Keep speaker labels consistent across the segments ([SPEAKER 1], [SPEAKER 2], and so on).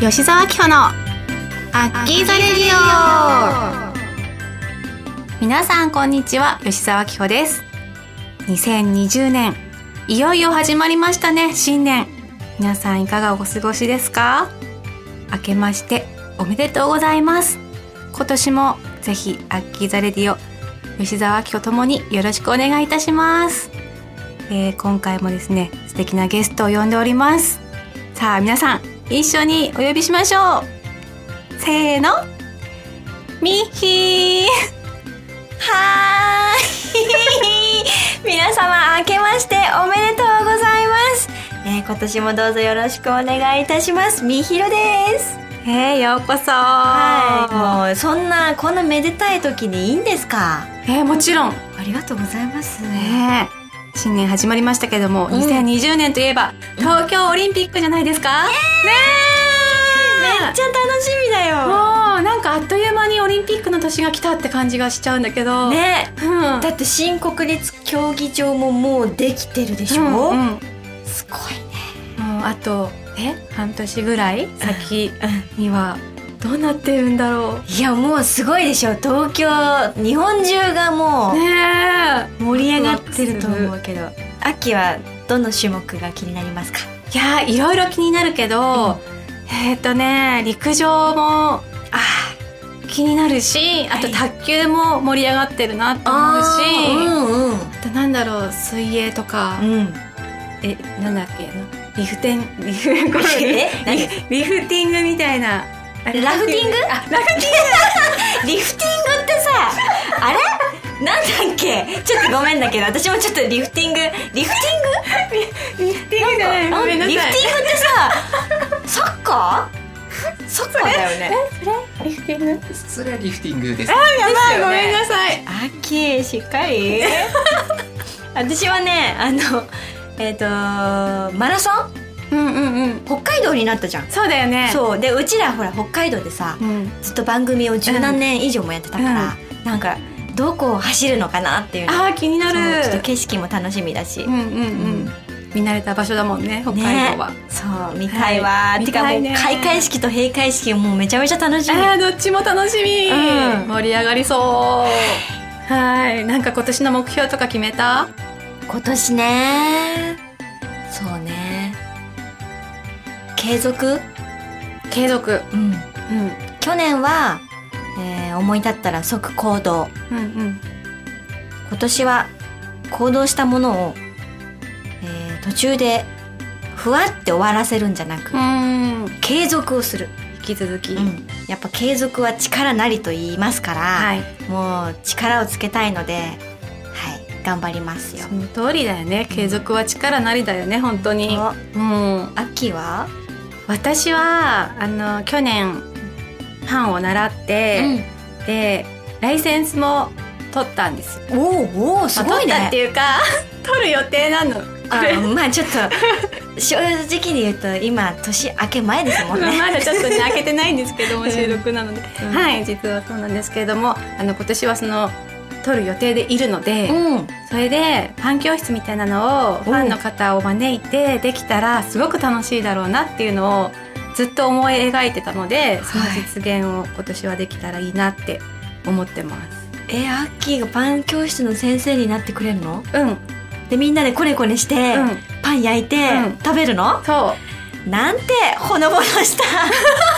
[SPEAKER 1] 吉澤紀穂のアッキーザレディオ皆さんこんにちは吉澤紀穂です2020年いよいよ始まりましたね新年皆さんいかがお過ごしですか明けましておめでとうございます今年もぜひアッキーザレディオ吉澤紀子ともによろしくお願いいたします、えー今回もですね素敵なゲストを呼んでおりますさあ皆さん一緒にお呼びしましょうせーのみひーはーい 皆様明けましておめでとうございます、えー今年もどうぞよろしくお願いいたしますみひろですえー、ようこそ
[SPEAKER 2] はい、もうそんなこんなめでたい時にいいんですか。
[SPEAKER 1] えー、もちろん
[SPEAKER 2] ありがとうございます。
[SPEAKER 1] ねえ新年始まりましたけども、
[SPEAKER 2] ん
[SPEAKER 1] 2020年といえば東京オリンピックじゃないですか、
[SPEAKER 2] めっちゃ楽しみだよ。
[SPEAKER 1] もうなんかあっという間にオリンピックの年が来たって感じがしちゃうんだけど、
[SPEAKER 2] ね、
[SPEAKER 1] うん、
[SPEAKER 2] だって新国立競技場ももうできてるでしょ。
[SPEAKER 1] うんうんもう
[SPEAKER 2] すごいね。
[SPEAKER 1] あとえ半年ぐらい先にはどうなってるんだろ
[SPEAKER 2] いやもうすごいでしょ。東京日本中がも
[SPEAKER 1] う
[SPEAKER 2] う
[SPEAKER 1] ね
[SPEAKER 2] 盛り上がってると思うけど。秋はどの種目が気になりますか。
[SPEAKER 1] えいやいろいろ気になるけど、えっ、とね陸上もあー気になるしあと
[SPEAKER 2] はい
[SPEAKER 1] 卓球も盛り上がってるなと思うし、
[SPEAKER 2] うんうん。
[SPEAKER 1] あとなんだろう水泳とか、
[SPEAKER 2] うん、
[SPEAKER 1] えなんだっけなリフテンリフ ごめん
[SPEAKER 2] え何
[SPEAKER 1] リリフティングみたいなあれ
[SPEAKER 2] ラフティング
[SPEAKER 1] あラフティング
[SPEAKER 2] リフティングってさあれなんだっけちょっとごめんだけど私もちょっとリフティングリフティングリフティング
[SPEAKER 1] じゃないごめんなさい
[SPEAKER 2] リフティングってさサッカーサッカーだよね
[SPEAKER 1] リフティング
[SPEAKER 3] それはリフティングです。
[SPEAKER 1] やばい、
[SPEAKER 2] よね
[SPEAKER 1] ごめんなさい
[SPEAKER 2] あっきしっかり 私はねあのえっ、とマラソン
[SPEAKER 1] うんうんうん
[SPEAKER 2] 北海道になったじゃん
[SPEAKER 1] そうだよね
[SPEAKER 2] そうでうちらほら北海道でさ
[SPEAKER 1] うん
[SPEAKER 2] ずっと番組を十何年以上もやってたから、なんかどこを走るのかなっていうの
[SPEAKER 1] あー気にな
[SPEAKER 2] そう
[SPEAKER 1] る
[SPEAKER 2] ちょっと景色も楽しみだし、
[SPEAKER 1] うんうんうん見慣れた場所だもんね北海道は、
[SPEAKER 2] ねそう見たいわ、
[SPEAKER 1] はい
[SPEAKER 2] てか
[SPEAKER 1] 見た
[SPEAKER 2] も
[SPEAKER 1] いうね
[SPEAKER 2] 開会式と閉会式もうめちゃめちゃ楽しみ
[SPEAKER 1] あーどっちも楽しみ、
[SPEAKER 2] うん
[SPEAKER 1] 盛り上がりそうはいなんか今年の目標とか決めた
[SPEAKER 2] 今年ねそうね継続
[SPEAKER 1] 継続
[SPEAKER 2] うん
[SPEAKER 1] うん
[SPEAKER 2] 去年は、えー思い立ったら即行動
[SPEAKER 1] うんうん
[SPEAKER 2] 今年は行動したものを、えー途中でふわって終わらせるんじゃなく、
[SPEAKER 1] うん
[SPEAKER 2] 継続をする、
[SPEAKER 1] 引き続き、
[SPEAKER 2] うんやっぱ継続は力なりと言いますから、
[SPEAKER 1] はい
[SPEAKER 2] もう力をつけたいので、はい、頑張りますよ
[SPEAKER 1] そ。の通りだよね継続は力なりだよね本当にう
[SPEAKER 2] お
[SPEAKER 1] ん
[SPEAKER 2] 秋は、
[SPEAKER 1] 私はあの去年班を習って、でライセンスも取ったんですよ
[SPEAKER 2] うん、おーおーすご
[SPEAKER 1] まあ
[SPEAKER 2] い
[SPEAKER 1] 取ったっ
[SPEAKER 2] ね
[SPEAKER 1] て。いうか 取る予定なの
[SPEAKER 2] あ のまあちょっと正直に言うと今年明け前ですもんね。
[SPEAKER 1] まだちょっとね開けてないんですけど
[SPEAKER 2] う
[SPEAKER 1] も
[SPEAKER 2] ん
[SPEAKER 1] 収録なので、
[SPEAKER 2] うん
[SPEAKER 1] はい実はそうなんですけれどもあの今年はその取る予定でいるので、
[SPEAKER 2] うん。
[SPEAKER 1] それでファン教室みたいなのをファンの方を招いてできたらすごく楽しいだろうなっていうのをずっと思い描いてたのでその実現を今年はできたらいいなって思ってます。
[SPEAKER 2] えアッキーがパン教室の先生になってくれるの？
[SPEAKER 1] うん、うん、
[SPEAKER 2] でみんなでコネコネして、パン焼いて、
[SPEAKER 1] うん
[SPEAKER 2] 食べるの？
[SPEAKER 1] そう
[SPEAKER 2] なんてほのぼのした。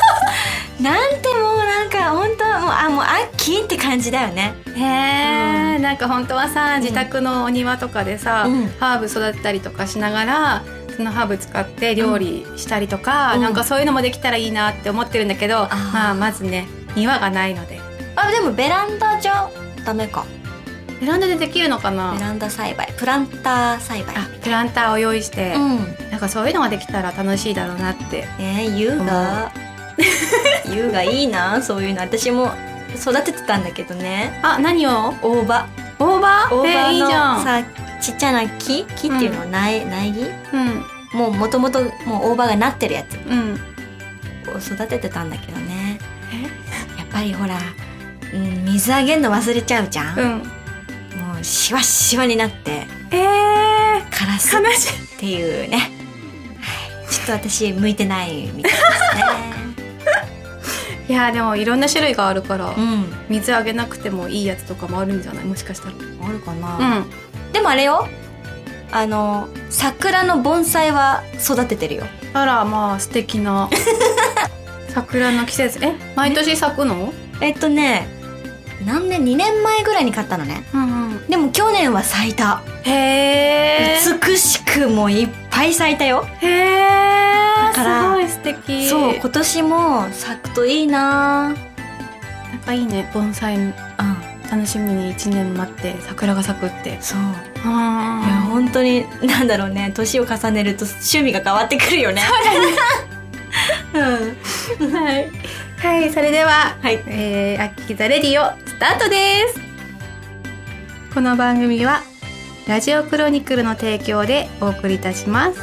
[SPEAKER 2] なんてもうなんか本当もうあもうアッキーって感じだよね。
[SPEAKER 1] へえ、なんか本当はさ
[SPEAKER 2] ん
[SPEAKER 1] 自宅のお庭とかでさ、
[SPEAKER 2] うん
[SPEAKER 1] ハーブ育てたりとかしながらそのハーブ使って料理したりとか、
[SPEAKER 2] うん
[SPEAKER 1] なんかそういうのもできたらいいなって思ってるんだけど、
[SPEAKER 2] ー
[SPEAKER 1] まあまずね庭がないので
[SPEAKER 2] あでもベランダじゃダメか。
[SPEAKER 1] ベランダでできるのかな
[SPEAKER 2] ベランダ栽培プランター栽培
[SPEAKER 1] あプランターを用意して、
[SPEAKER 2] うん
[SPEAKER 1] なんかそういうのができたら楽しいだろうなって
[SPEAKER 2] えー、優雅 優雅いいなそういうの私も育ててたんだけどね
[SPEAKER 1] あ何を
[SPEAKER 2] 大葉
[SPEAKER 1] 大葉
[SPEAKER 2] 大
[SPEAKER 1] えー
[SPEAKER 2] 葉
[SPEAKER 1] いい
[SPEAKER 2] の
[SPEAKER 1] じゃん、
[SPEAKER 2] さちっちゃな木木っていうの、苗苗木
[SPEAKER 1] うん
[SPEAKER 2] もうもともともう大葉がなってるやつ
[SPEAKER 1] うん、
[SPEAKER 2] を育ててたんだけどねやっぱりほら、うん、水あげんの忘れちゃうじゃん、
[SPEAKER 1] うん、
[SPEAKER 2] もうシワシワになって
[SPEAKER 1] え
[SPEAKER 2] カラスっ
[SPEAKER 1] ー、悲しい
[SPEAKER 2] ていうねはいちょっと私向いてないみたいですね
[SPEAKER 1] いやーでもいろんな種類があるから、
[SPEAKER 2] うん
[SPEAKER 1] 水あげなくてもいいやつとかもあるんじゃないもしかしたら
[SPEAKER 2] あるかな、
[SPEAKER 1] うん
[SPEAKER 2] でもあれよあの桜の盆栽は育ててるよ
[SPEAKER 1] あらまあ素敵 な桜の季節え毎年咲くの
[SPEAKER 2] えっとね何年2年前ぐらいに買ったのね
[SPEAKER 1] うんうん
[SPEAKER 2] でも去年は咲いた
[SPEAKER 1] へー
[SPEAKER 2] 美しくもいっぱい咲いたよ
[SPEAKER 1] へー
[SPEAKER 2] だから
[SPEAKER 1] すごい素敵
[SPEAKER 2] そう今年も咲くといいな
[SPEAKER 1] なんかいいね盆栽
[SPEAKER 2] うん
[SPEAKER 1] 楽しみに一年待って桜が咲くって
[SPEAKER 2] そういや
[SPEAKER 1] あ
[SPEAKER 2] 本当になんだろうね年を重ねると趣味が変わってくるよねそうだね
[SPEAKER 1] ーはい、はい、それでは
[SPEAKER 2] うんはい
[SPEAKER 1] えー、アッキーザレディオスタートですこの番組はラジオクロニクルの提供でお送りいたします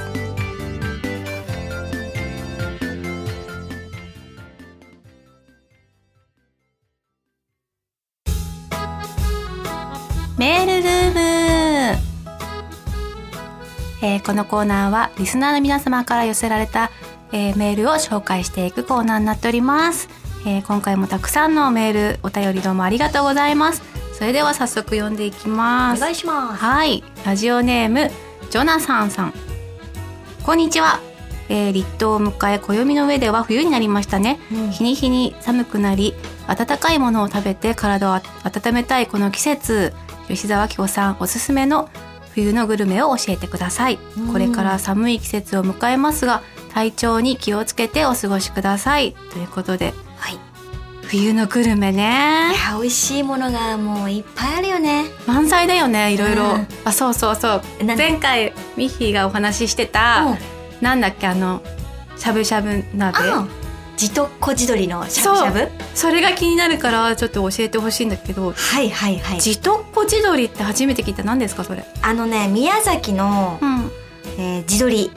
[SPEAKER 1] メールルーム、えーこのコーナーはリスナーの皆様から寄せられた、えーメールを紹介していくコーナーになっておりますえー今回もたくさんのメールお便りどうもありがとうございますそれでは早速読んでいきま
[SPEAKER 2] お
[SPEAKER 1] す
[SPEAKER 2] 願いします
[SPEAKER 1] はいラジオネームジョナサンさんこんにちは、えー立冬を迎え暦の上では冬になりましたね
[SPEAKER 2] うん
[SPEAKER 1] 日に日に寒くなり温かいものを食べて体を温めたいこの季節吉沢紀子さんおすすめの冬のグルメを教えてください
[SPEAKER 2] うん
[SPEAKER 1] これから寒い季節を迎えますが体調に気をつけてお過ごしくださいということで
[SPEAKER 2] はい
[SPEAKER 1] 冬のグルメね
[SPEAKER 2] いや美味しいものがもういっぱいあるよね
[SPEAKER 1] 満載だよねいろいろ、
[SPEAKER 2] うん
[SPEAKER 1] あそうそうそう
[SPEAKER 2] なん
[SPEAKER 1] 前回ミッヒーがお話ししてた、
[SPEAKER 2] うん
[SPEAKER 1] なんだっけあのしゃぶしゃぶ鍋
[SPEAKER 2] あ地とこ地鶏のしゃぶしゃぶ
[SPEAKER 1] そそれが気になるからちょっと教えてほしいんだけど
[SPEAKER 2] はいはいはい
[SPEAKER 1] 地とこ地鶏って初めて聞いた何ですかそれ
[SPEAKER 2] あのね宮崎の、
[SPEAKER 1] うんう
[SPEAKER 2] えー地鶏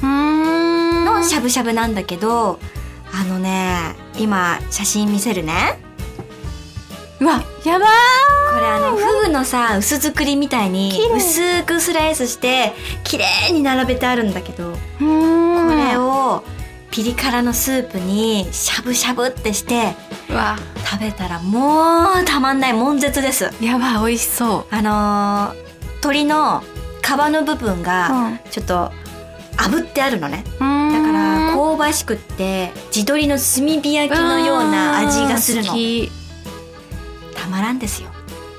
[SPEAKER 1] ーん
[SPEAKER 2] のしゃぶしゃぶなんだけど、あのね今写真見せるね
[SPEAKER 1] うわやば
[SPEAKER 2] これあのフグのさ薄作りみたいに
[SPEAKER 1] 綺麗
[SPEAKER 2] 薄くスライスして綺麗に並べてあるんだけ
[SPEAKER 1] ー
[SPEAKER 2] ど
[SPEAKER 1] うー
[SPEAKER 2] こ
[SPEAKER 1] ん
[SPEAKER 2] れをピリ辛のスープにしゃぶしゃぶってして
[SPEAKER 1] うわ
[SPEAKER 2] 食べたらもうたまんない悶絶です
[SPEAKER 1] やば美味しそ
[SPEAKER 2] あのー鶏の皮の部分
[SPEAKER 1] う、
[SPEAKER 2] が
[SPEAKER 1] ん、だ
[SPEAKER 2] ちょっと炙ってあるのねだか
[SPEAKER 1] から
[SPEAKER 2] 香ばしくって地鶏の炭火焼きのような味がするのたまらんですよ、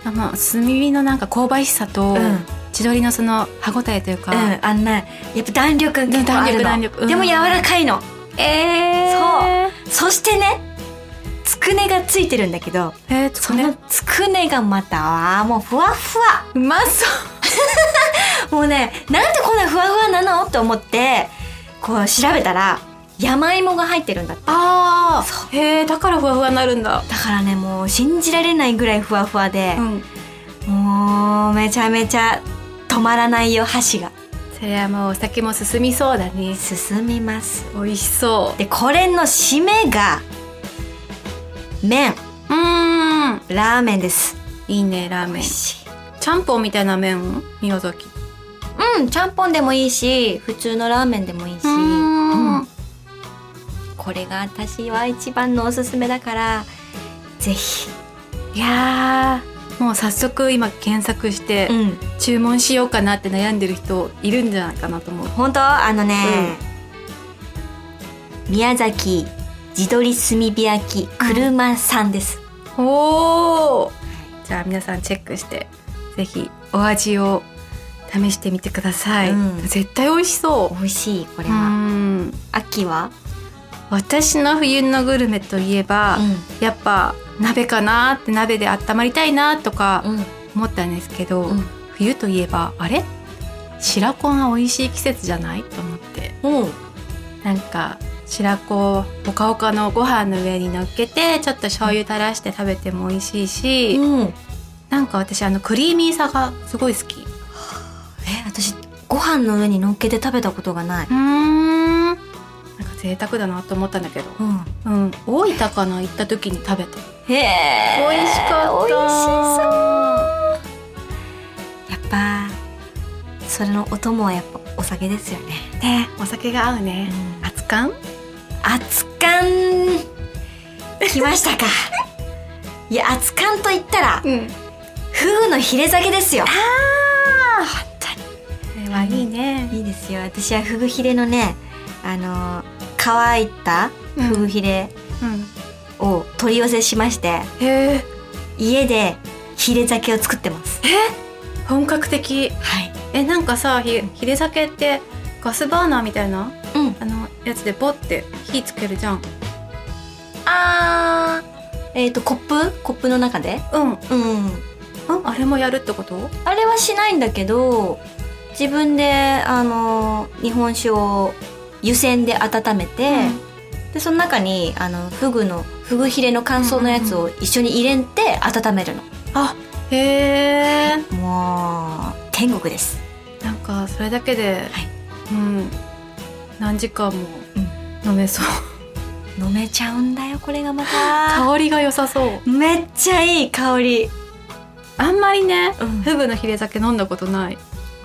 [SPEAKER 1] あの炭火のなんか香ばしさと、
[SPEAKER 2] うん
[SPEAKER 1] 地鶏のその歯ごたえというか、
[SPEAKER 2] うん、あんなやっぱ弾力結構ある
[SPEAKER 1] 弾力
[SPEAKER 2] の
[SPEAKER 1] 弾力うん
[SPEAKER 2] でも柔らかいの
[SPEAKER 1] えー、そ
[SPEAKER 2] そしてねつくねがついてるんだけど
[SPEAKER 1] うえー、
[SPEAKER 2] そ
[SPEAKER 1] そ
[SPEAKER 2] の
[SPEAKER 1] れ
[SPEAKER 2] つくねがまたあーもうふわふわ
[SPEAKER 1] うまそう
[SPEAKER 2] もうねなんでこんなふわふわなのって思ってこう調べたら山芋が入ってるんだって
[SPEAKER 1] ああへえだからふわふわになるんだ
[SPEAKER 2] だからねもう信じられないぐらいふわふわで、
[SPEAKER 1] ん
[SPEAKER 2] もうめちゃめちゃ止まらないよ箸が
[SPEAKER 1] それはもうお酒も進みそうだね
[SPEAKER 2] 進みます
[SPEAKER 1] 美味しそ
[SPEAKER 2] でこれの締めが麺
[SPEAKER 1] ううーん
[SPEAKER 2] ラーメンです
[SPEAKER 1] いいねラーメン
[SPEAKER 2] し
[SPEAKER 1] ちゃんぽんみたいな麺宮崎
[SPEAKER 2] いうんちゃんぽんでもいいし普通のラーメンでもいいしうんこれが私は一番のおすすめだからぜひ
[SPEAKER 1] いやーもう早速今検索して
[SPEAKER 2] うん
[SPEAKER 1] 注文しようかなって悩んでる人いるんじゃないかなと思う
[SPEAKER 2] 本当あのね、宮崎地鶏炭火焼き車さんです、
[SPEAKER 1] おおじゃあ皆さんチェックしてぜひお味を試してみてください、
[SPEAKER 2] うん
[SPEAKER 1] 絶対美味しそう
[SPEAKER 2] 美味しいこれ
[SPEAKER 1] う
[SPEAKER 2] は、
[SPEAKER 1] ん
[SPEAKER 2] 秋は
[SPEAKER 1] 私の冬のグルメといえば、
[SPEAKER 2] う
[SPEAKER 1] やっぱ鍋かなって鍋で温まりたいなとか
[SPEAKER 2] んうん
[SPEAKER 1] 思ったんですけど、
[SPEAKER 2] うん
[SPEAKER 1] 冬といえばあれ白子が美味しい季節じゃないと思って
[SPEAKER 2] うん
[SPEAKER 1] なんか白子をほかほかのご飯の上に乗っけてちょっと醤油垂らして食べても美味しいし、
[SPEAKER 2] うん
[SPEAKER 1] なんか私あのクリーミーさがすごい好き
[SPEAKER 2] え私ご飯の上に乗っけて食べたことがない、
[SPEAKER 1] んなんか贅沢だなと思ったんだけど、
[SPEAKER 2] うん、
[SPEAKER 1] うん、大分かな行った時に食べた
[SPEAKER 2] へえ
[SPEAKER 1] 美味しかった
[SPEAKER 2] 美味しそう
[SPEAKER 1] そ
[SPEAKER 2] やっぱそれのお供はやっぱお酒ですよね
[SPEAKER 1] うねお酒が合うね
[SPEAKER 2] うん
[SPEAKER 1] 熱燗
[SPEAKER 2] 熱燗来 ましたか。いや、熱燗と言ったら、
[SPEAKER 1] うん。
[SPEAKER 2] フグのヒレ酒ですよ。
[SPEAKER 1] ああ、本当に。これはいいね。
[SPEAKER 2] いいですよ。私はフグヒレのね、あのー、乾いたフグヒレ
[SPEAKER 1] うん。
[SPEAKER 2] を取り寄せしまして、
[SPEAKER 1] へえ。
[SPEAKER 2] 家でヒレ酒を作ってます。
[SPEAKER 1] 本格的。
[SPEAKER 2] はい。
[SPEAKER 1] え、なんかさ、ひ、ひれ酒って。ガスバーナーみたいな、
[SPEAKER 2] うん。
[SPEAKER 1] あの、やつでボって火つけるじゃん。
[SPEAKER 2] あー、えっ、と、コップコップの中で
[SPEAKER 1] うん。
[SPEAKER 2] うん。
[SPEAKER 1] あれもやるってこと。
[SPEAKER 2] あれはしないんだけど、自分で、あのー、日本酒を湯煎で温めて、で、その中に、あの、フグの、フグヒレの乾燥のやつを一緒に入れんて温めるの。
[SPEAKER 1] あ、へえ。
[SPEAKER 2] もう、天国です。
[SPEAKER 1] なんかそれだけで、
[SPEAKER 2] はい
[SPEAKER 1] うん何時間も
[SPEAKER 2] うん
[SPEAKER 1] 飲めそう、
[SPEAKER 2] 飲めちゃうんだよ、これがまた。
[SPEAKER 1] 香りが良さそう
[SPEAKER 2] めっちゃいい香り。
[SPEAKER 1] あんまりね
[SPEAKER 2] うん
[SPEAKER 1] フグのヒレ酒飲んだことない、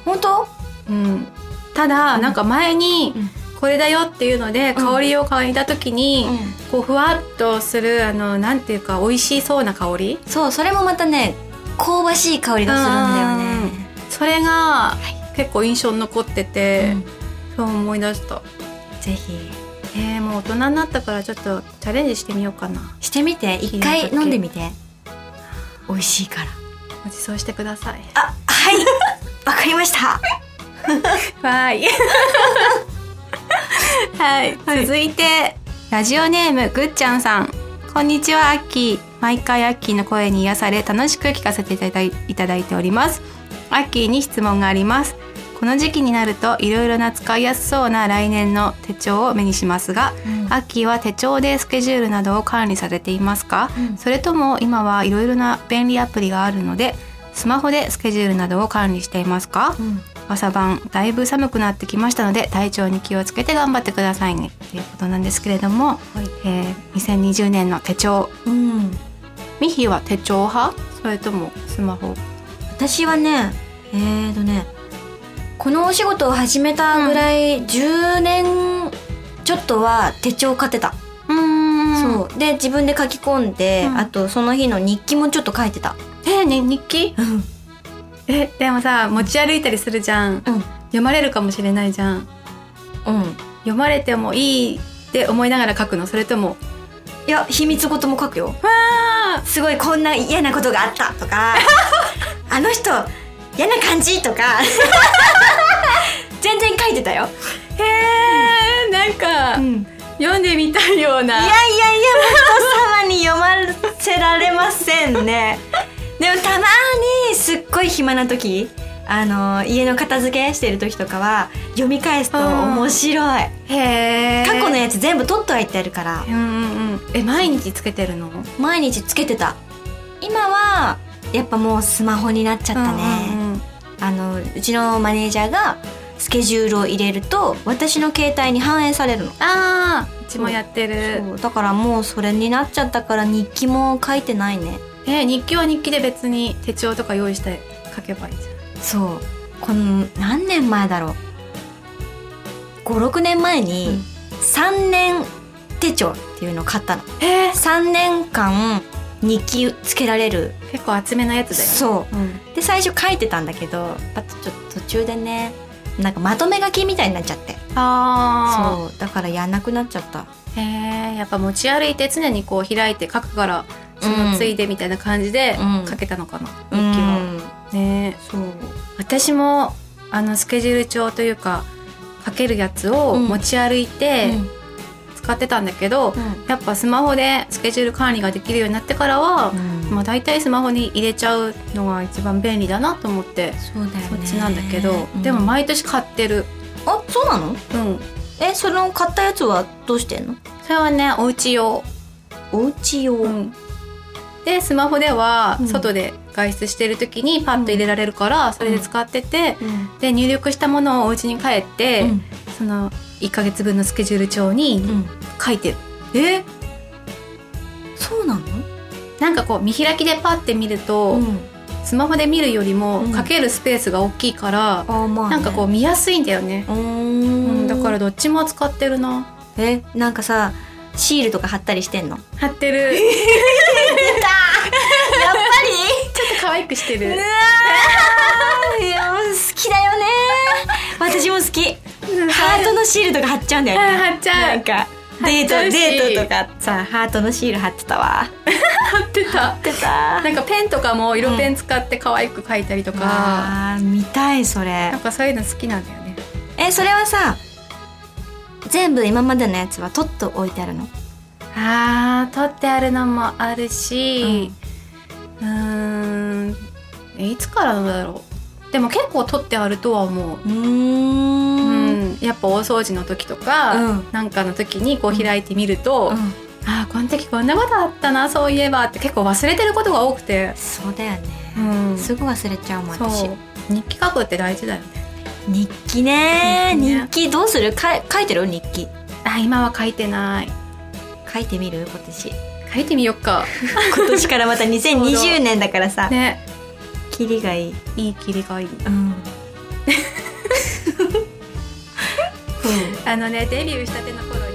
[SPEAKER 2] 本当
[SPEAKER 1] うん、ただ、
[SPEAKER 2] うん
[SPEAKER 1] なんか前に
[SPEAKER 2] うん
[SPEAKER 1] これだよっていうので香りを嗅いだ時に、こうふわっとするあのなんていうか美味しそうな香り
[SPEAKER 2] そう、それもまたね、香ばしい香りがするんだよね。
[SPEAKER 1] それが結構印象に残ってて、
[SPEAKER 2] うん
[SPEAKER 1] そう思い出した
[SPEAKER 2] ぜひ、
[SPEAKER 1] えー、もう大人になったからちょっとチャレンジしてみようかな
[SPEAKER 2] してみて、一回飲んでみて。美味しいから。
[SPEAKER 1] ごちそうしてください
[SPEAKER 2] あ、はい。わかりました。
[SPEAKER 1] はい。 はい、続いて、ラジオネームぐっちゃんさん。こんにちは、アッキー。毎回アッキーの声に癒され、楽しく聞かせていただいいただいております。アッキーに質問があります。この時期になると、いろいろな使いやすそうな来年の手帳を目にしますが、アッキーは手帳でスケジュールなどを管理されていますか、
[SPEAKER 2] うん
[SPEAKER 1] それとも今はいろいろな便利アプリがあるので、スマホでスケジュールなどを管理していますか、
[SPEAKER 2] うん
[SPEAKER 1] 朝晩だいぶ寒くなってきましたので体調に気をつけて頑張ってくださいねということなんですけれども、えー2020年の手帳
[SPEAKER 2] うん、
[SPEAKER 1] ミヒは手帳派それともスマホ
[SPEAKER 2] 私はねえーとねこのお仕事を始めたぐらい10年ちょっとは手帳を買ってた、
[SPEAKER 1] うーんそう
[SPEAKER 2] そうで自分で書き込んで、
[SPEAKER 1] うん
[SPEAKER 2] あとその日の日記もちょっと書いてた、
[SPEAKER 1] えーね日記
[SPEAKER 2] うん、
[SPEAKER 1] えでもさ持ち歩いたりするじゃん、
[SPEAKER 2] うん
[SPEAKER 1] 読まれるかもしれないじゃん読まれてもいいって思いながら書くのそれとも
[SPEAKER 2] いや秘密事も書くよすごいこんな嫌なことがあったと かあの人嫌な感じとか全然書いてたよ、
[SPEAKER 1] へえなんか、
[SPEAKER 2] ん、いやいやいや
[SPEAKER 1] 読んでみたいような
[SPEAKER 2] もう人様に読ませられませ んねでもたまにすっごい暇な時あの家の片付けしてる時とかは読み返すと面白い、
[SPEAKER 1] へえ
[SPEAKER 2] 過去の
[SPEAKER 1] ね
[SPEAKER 2] やつ全部取っといてあるから
[SPEAKER 1] うんうんうんえ毎日つけてるの
[SPEAKER 2] 毎日つけてた今はやっぱもうスマホになっちゃったね、
[SPEAKER 1] うんうんうん
[SPEAKER 2] あのうちのマネージャーがスケジュールを入れると私の携帯に反映されるの
[SPEAKER 1] ああうちもやってる
[SPEAKER 2] そうだからもうそれになっちゃったから日記も書いてないね
[SPEAKER 1] え日記は日記で別に手帳とか用意して書けばいいじゃん
[SPEAKER 2] そうこの何年前だろう56年前
[SPEAKER 1] う
[SPEAKER 2] に
[SPEAKER 1] ん
[SPEAKER 2] 3年手帳っていうのを買ったの
[SPEAKER 1] え
[SPEAKER 2] 3年間日記つけられる
[SPEAKER 1] 結構厚めなやつだよ
[SPEAKER 2] そ
[SPEAKER 1] うん
[SPEAKER 2] うで最初書いてたんだけどやっぱちょっと途中でねなんかまとめ書きみたいになっちゃって
[SPEAKER 1] あ
[SPEAKER 2] そうだからやんなくなっちゃった
[SPEAKER 1] そうへえやっぱ持ち歩いて常にこう開いて書くからそのついでみたいな感じで
[SPEAKER 2] うん
[SPEAKER 1] 書けたのかな、日
[SPEAKER 2] 日
[SPEAKER 1] 記
[SPEAKER 2] 記
[SPEAKER 1] は、
[SPEAKER 2] は
[SPEAKER 1] ねえ
[SPEAKER 2] そう
[SPEAKER 1] 私もあのスケジュール帳というか書けるやつを持ち歩いて使ってたんだけど、やっぱスマホでスケジュール管理ができるようになってからは、まあ、大体スマホに入れちゃうのが一番便利だなと思って
[SPEAKER 2] そうだよね
[SPEAKER 1] そっちなんだけど、でも毎年買ってる
[SPEAKER 2] あそうなの
[SPEAKER 1] うん
[SPEAKER 2] えその買ったやつはどうしてんの
[SPEAKER 1] それはねお家用
[SPEAKER 2] お家用
[SPEAKER 1] うんでスマホでは
[SPEAKER 2] うん
[SPEAKER 1] 外で外出してる時にパッと入れられるからそれで使ってて、で入力したものをお家に帰って、その1ヶ月分のスケジュール帳に書いてる、え
[SPEAKER 2] そうなの
[SPEAKER 1] なんかこう見開きでパッて見ると、スマホで見るより
[SPEAKER 2] う
[SPEAKER 1] も
[SPEAKER 2] ん
[SPEAKER 1] 書けるスペースが大きいから、
[SPEAKER 2] あまあ
[SPEAKER 1] なんかこう見やすいんだよね、
[SPEAKER 2] う
[SPEAKER 1] うん
[SPEAKER 2] ん
[SPEAKER 1] だからどっちも使ってるな
[SPEAKER 2] えなんかさシールとか貼ったりしてんの やっ
[SPEAKER 1] 貼ってる。ちょっと
[SPEAKER 2] ぱ
[SPEAKER 1] 可愛くして
[SPEAKER 2] りう
[SPEAKER 1] る
[SPEAKER 2] わ。ーいや好きだよね私も好きハートのシールとか貼っちゃうんだよね
[SPEAKER 1] はい貼っちゃう
[SPEAKER 2] なんかデート
[SPEAKER 1] 貼っちゃうし
[SPEAKER 2] デートとかさハートのシール貼ってたわ
[SPEAKER 1] 貼ってた。
[SPEAKER 2] 貼ってた
[SPEAKER 1] なんかペンとかも色ペン使って可愛く描いたりとか、
[SPEAKER 2] あー見たいそれ
[SPEAKER 1] なんかそういうの好きなんだよね。
[SPEAKER 2] えそれはさ全部今までのやつは取っと置いてあるの
[SPEAKER 1] あー、撮ってあるのもあるし、うーん、えいつからだろう。でも結構撮ってあるとは思う。
[SPEAKER 2] うー
[SPEAKER 1] うんん、やっぱ大掃除の時とか、
[SPEAKER 2] うん
[SPEAKER 1] なんかの時にこう開いてみると、
[SPEAKER 2] うん
[SPEAKER 1] ああこの時こんなことあったなそういえばって結構忘れてることが多くて、
[SPEAKER 2] そうだよね、
[SPEAKER 1] うん
[SPEAKER 2] すぐ忘れちゃうもん
[SPEAKER 1] そ
[SPEAKER 2] 私
[SPEAKER 1] う日記書くって大事だよね
[SPEAKER 2] 日記ね
[SPEAKER 1] 日記ね
[SPEAKER 2] 日記どうするか書いてる日記
[SPEAKER 1] あ今は書いてない
[SPEAKER 2] 書いてみる今 年
[SPEAKER 1] 書いてみよっ か
[SPEAKER 2] 今年からまた2020年だからさ、
[SPEAKER 1] ね
[SPEAKER 2] キリがいい、
[SPEAKER 1] いい切りがいい
[SPEAKER 2] うん
[SPEAKER 1] あのねデビューしたての頃